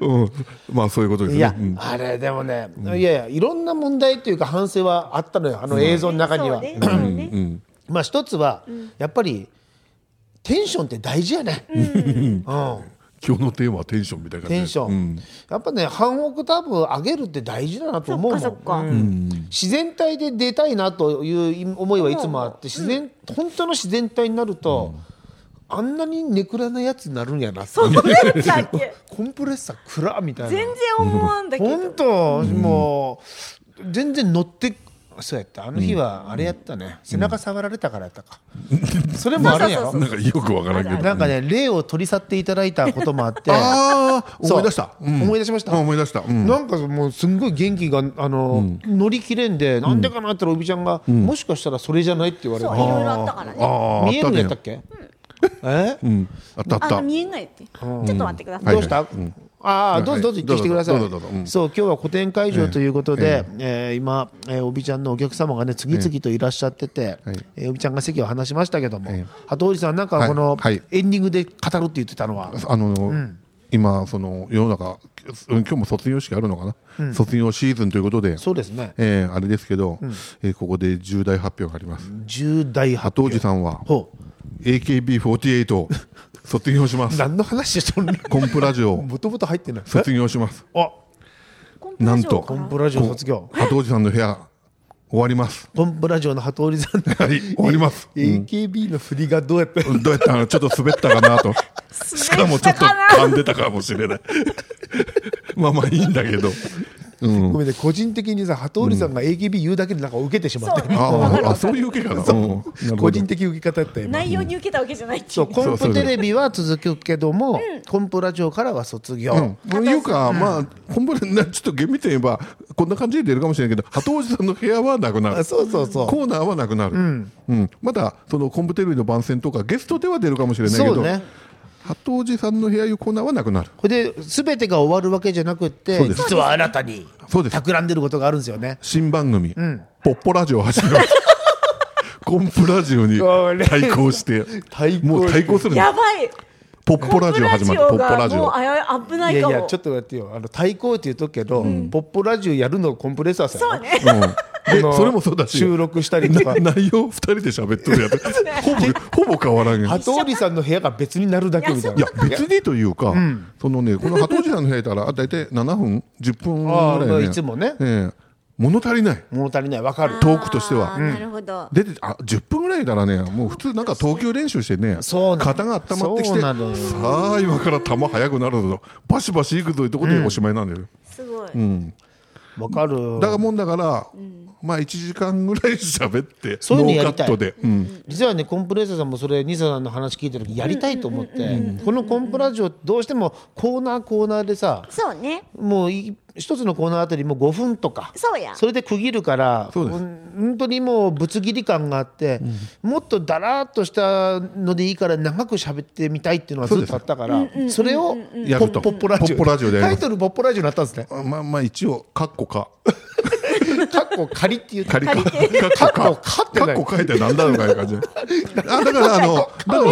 B: うん、 まあそういうことです
C: い
B: ね
C: や、
B: うん
C: あれでもね、いやいやいろんな問題というか反省はあったのよあの映像の中には、
D: そうねそうね
B: うん
C: まあ一つは、やっぱりテンションって大事やね、うん
B: 今日のテーマはテンションみたいな感じ
C: テンション、
B: うん
C: やっぱね半オクターブ上げるって大事だなと思うもん
D: そっかそっか
C: うん自然体で出たいなという思いはいつもあって自然、本当の自然体になると、あんなにネクラなやつになるんやなって
D: そうなんだっけ
C: コンプレッサーくらみたいな
D: 全然思わんだけど
C: 本当、もう全然乗ってそうやったあの日はあれやったね、背中触られたからやったか、それもあるんやろ
D: そうそうそう
B: なんかよくわからんけど
C: なんかね霊を取り去っていただいたこと もあって
B: ああ
C: そう
B: 思い出した、うん
C: 思い出しました
B: あ思い出した、うん
C: なんかもうすんごい元気があの、乗り切れんでなんでかなっておびちゃんが、もしかしたらそれじゃないって言われ
D: そうい
C: て
D: ろいろあったからね
B: ああ
C: 見えるんや
B: あ
C: っ
B: った
C: たっ
B: ね
C: け、え
B: うんあったあっ
D: あ
B: た
D: 見えないってちょっと待ってくださ
B: はいい
C: どうした、ああどうぞどうぞ
B: はい
C: 言ってきてください、
B: どうぞどうぞどうぞうん
C: そう今日は個展会場ということで、えー今、えー、おびちゃんのお客様がね次々といらっしゃってて、え
B: はい
C: ーおびちゃんが席を離しましたけども、鳩織さんなんかこの、
B: はいはい
C: エンディングで語るって言ってたの は
B: あの、今その世の中今日も卒業式あるのかな、卒業シーズンということで
C: そうですね
B: えーあれですけど、えーここで重大発表があります
C: 重大発
B: 鳩お
C: 表
B: じさんは
C: ほ
B: AKB48 を卒業しま
C: う
B: す
C: 何の話でし ょうね
B: コンプラジオを
C: もともと入ってない
B: 卒業します
C: えあ
D: コンプ
B: な
D: ラ
B: ん
D: ジオ
B: と
D: か
C: コ
D: ら
C: ンプラジオ卒業
B: 鳩おじさんの部屋終わります
C: コンプラジオの鳩織さんの
B: はい終わります、
C: AKB の振りがどうやって
B: どうやったのちょっと滑ったかな としかもちょっと噛んでたかもしれない まあまあいいんだけど
C: ごめんね個人的にさ鳩織さんが AKB 言うだけでなんか受けてしまって、
D: そうね
B: あーあそういう受けかなうんなる
C: 個
B: ほど
C: 人的受け方やった今
D: 内容に受けたわけじゃないって
C: そ
D: いうう
C: コン
B: そうそ
C: プ
B: う
C: テレビは続くけども、コンプラジオからは卒業、
B: うん、いうか、まあ、本番で、ちょっと厳密に言えば、こんな感じで出るかもしれないけど、鳩おじさんの部屋はなくな
C: あ
B: る。
C: そうそうそう、
B: コーナーはなくなる。うん、まだ、そのコンプテレビの番宣とか、ゲストでは出るかもしれないけ
C: そう
B: ど。
C: ね
B: 鳩おじさんの部屋いうコーナーはなくなる。
C: これで全てが終わるわけじゃなくって
B: そうです
C: 実は新たに
B: そうです
C: 企んでることがあるんですよね
B: 新番組、ポッポラジオを始め ます。コンプラジオに
C: これ
B: 対抗して
C: 対抗
B: もう対抗するの
D: やばい
B: ポッポラジオ始まるポ
D: コン
B: ッ
D: プ
B: ポ
D: ラ
B: ラジ
D: ジオがも
B: オ
D: うあ危ないい
C: や
D: か
C: い
D: も
C: やちょっと待ってよあの対抗って言っとくけど、ポップラジオやるのコンプレッサーさ
D: そうね
B: うんでそれもそうだし
C: 収録したりとか
B: な内容二人で喋っとるやつ ほぼほぼ変わらんけど
C: 鳩織さんの部屋が別になるだけみたい
B: い
C: な
B: や別にというか、そのねこの鳩おじさんの部屋いたら大体7分10分
C: あ
B: ぐ
C: ーま
B: ら
C: あ
B: い、ね、
C: いつもね
B: ええ物足りない
C: 物足りないわかる
B: トークとしては
D: あーなるほど
B: 出てあ10分ぐらいいたらねもう普通なんか投球練習してね
C: そうなの
B: 肩が温まってき
C: そ
B: て
C: う
B: さ
C: なのよ
B: あ今から球速くなるぞバシバシいくぞいうとこでおしまいなんだよ、
D: すごい
C: わかる
B: だからもんだから、まあ1時間ぐらい喋って
C: そういうのや
B: ノ
C: り
B: ー
C: た
B: カ
C: い
B: ットで、うん
C: 実はねコンプレッサーさんもそれニサさんの話聞いた時やりたいと思ってこのコンプラジオどうしてもコーナーコーナーでさ
D: そうね
C: もうい一つのコーナーあたりもう5分とか
D: そうや
C: それで区切るから
B: そうです
C: ん本当にもうぶつ切り感があって、もっとだらっとしたのでいいから長く喋ってみたいっていうのはずっとあったからそ,、れを
B: や
C: ポ
B: る
C: ッ
B: と
C: ポッポラジオ
B: ポッポラジオで
C: タ
B: やりま
C: イ
B: す
C: トルポッポラジオになったんですね
B: あまあまあ一応カッコか
C: かっこ仮っていう
B: 仮かカッコか
C: カッコかってない
B: カッコ書いてなんだろうかいう感じ あだからあのだから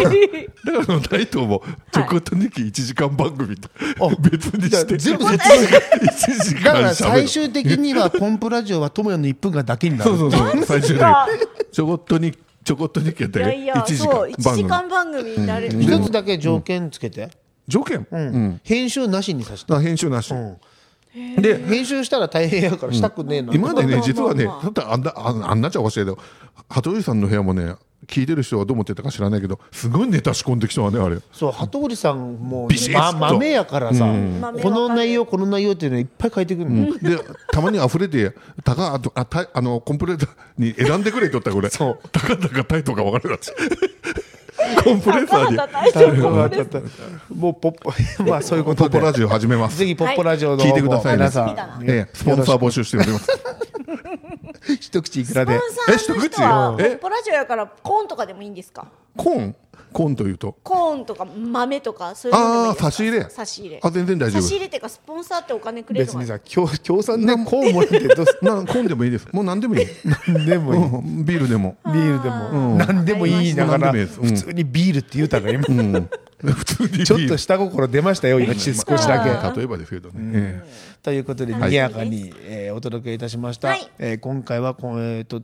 B: だから大東も直と日記1時間番組と別にして
C: じゃあ全部
B: 1
C: 説明
B: 時間
C: だから
B: 喋る
C: 最終的にはコンプラジオは友也の1分間だけになる
B: そうそうそう最終的にちょこっとにちょこっと日記やった
D: い
B: けど
D: やいや
B: 1時
D: そう
B: 間
D: 1
B: 番
D: 時
B: 組
D: 間番組になる
C: 一つだけ条件つけて、
B: 条件うん
C: 編集なしにさせて
B: だから編集なしで
C: 編集したら大変やからしたくねえな、
B: 今までね、実はね、
D: まあまあ
B: だってあんな、あんあんなっちゃおかしいけど、羽鳥さんの部屋もね、聞いてる人はどう思ってたか知らないけど、すごいネタ仕込んできたわね、あれ。
C: そう鳩織さんも、
B: ビシッと
C: ま、豆やからさ、
D: 豆
C: この内容この内容っていうのいっぱい書いてくるの、
B: で、たまに溢れて、たか、あと、あ、た、あの、コンプレートに選んでくれとった、これ。。
C: そう
B: たかだかタイトルが分からなかった。コンプレッサーで
D: 大
C: 太鼓が当 たったもうポ ッポまあそういうこと
B: ポ
C: で
B: ポラジオ始めます
C: ぜひポッポラジオの
B: 聞いてくださいね
C: 皆さん
B: ええスポンサー募集しております
C: 一口いくら
D: ポ
C: で
D: ンサーの人は
B: え一口え
D: ポッポラジオやからコーンとかでもいいんですか
B: コーンコーンというと
D: コーンとか豆とかそういうのでもいい
B: あ
D: ですか
B: あ差し入れ
D: 差し入れ
B: あ全然大丈
D: 差し
B: 夫
D: 入れっていうかスポンサーってお金くれる
C: 別
D: のか
C: に
D: な
C: さ協協賛でコーンもらってどう す
B: なコーンでもいいですもう何でもいい
C: んでもいい
B: うんビールでも
C: ビールでも何でもいいだから
B: 何でもいいですうん
C: 普通にビールって言うたら今
B: 普通にビール
C: ちょっと下心出ましたよ今少しだけ
B: 例えばですけどね、え
C: ということで
D: はい
C: 賑やかに、えーお届けいたしました、
D: はい
C: えー今回はこうえーと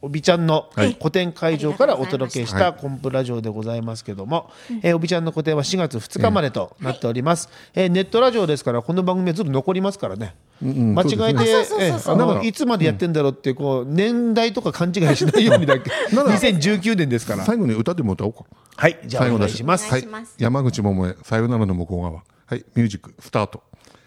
C: おびちゃんの
B: はい
C: 古典会場からお届けし
B: あり
C: たコンプラジオでございますけども、えーおびちゃんの個展は4月2日までとなっております、えーネットラジオですからこの番組はずっと残りますからね、間違えて
D: そうですね
C: え
D: あそうそうそう
C: ー
D: そう
C: あ
B: だ
C: の
B: から
C: いつまでやってんだろうってこう年代とか勘違いしないようにだけ2019年ですか
B: え
C: ら
B: 最後に歌でも歌おうか
C: はいじゃあお願いします、
D: お
B: は
D: 願
B: い
D: いします、
B: 山口百恵「さよならの向こう側」はいミュージックスタート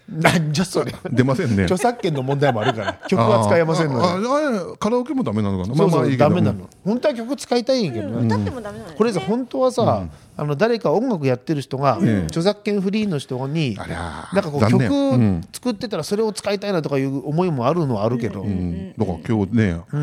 C: なんじゃそれ
B: 出ませんね
C: 著作権の問題もあるから曲は使えませんので
B: あああカラオケもダメなのかな
C: そうそう、
B: いいけど
C: ダメなの本当は曲使いたいんやけどね、
D: 歌ってもダメなんですね
C: これさ本当はさ、あの誰か音楽やってる人が、著作権フリーの人に
B: ありゃー
C: なんかこう
B: 残念う
C: 曲作ってたらそれを使いたいなとかいう思いもあるのはあるけど、
B: うんだから今日ね、あ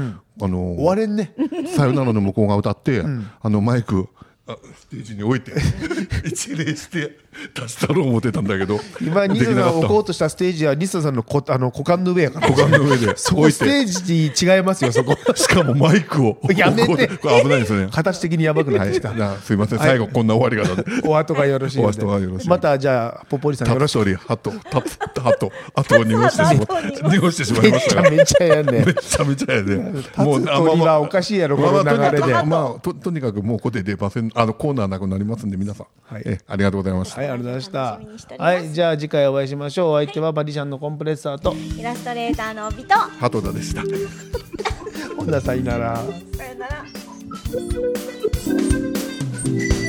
B: の
C: 終われんね
B: さよならの向こうが歌って、あのマイクあステージに置いて 一礼して出したろう思ってたんだけど
C: 今ニ
B: でき
C: ソ
B: な
C: さんを
B: かった
C: 置こうとしたステージはニソさんのこ あの股間の上やから
B: 股間の上で
C: そ
B: 置
C: こ
B: い
C: ステ
B: て
C: ージに違いますよそ こ
B: しかもマイクを
C: やめて
B: ここでこれ危ないですね
C: 形的にやばくなっ
B: は
C: て
B: い
C: きた、
B: じゃあすいません最後こんな終わり方で
C: お後がよろしいので
B: お後がよろしい
C: またじゃあポポリさん
B: タ
C: よろ
B: プ
C: し
B: ソリハトタプハトあとを濁してしまった濁してしま
C: く
B: い
C: め
B: まし
C: ち
B: た
C: ゃ
B: が
C: めちゃやんね
B: めっちゃめちゃやで、ね、
C: 立つ鳥はおかしいやろこの流れで
B: まあまあととにかくもうここで出ませんあのコーナーなくなりますんで皆さん、
C: はい
B: えありがとうございました、
C: はい、ありがとうござい
D: 楽しみ
C: ま
D: に
C: し
D: して
C: た。
D: おります
C: はい、じゃあ次回お会いしましょう。お相手はバリシャンのコンプレッサーと、
D: イラストレーターの尾と
B: ハトダでした
C: ほんなさいなら。
D: さよなら
E: 「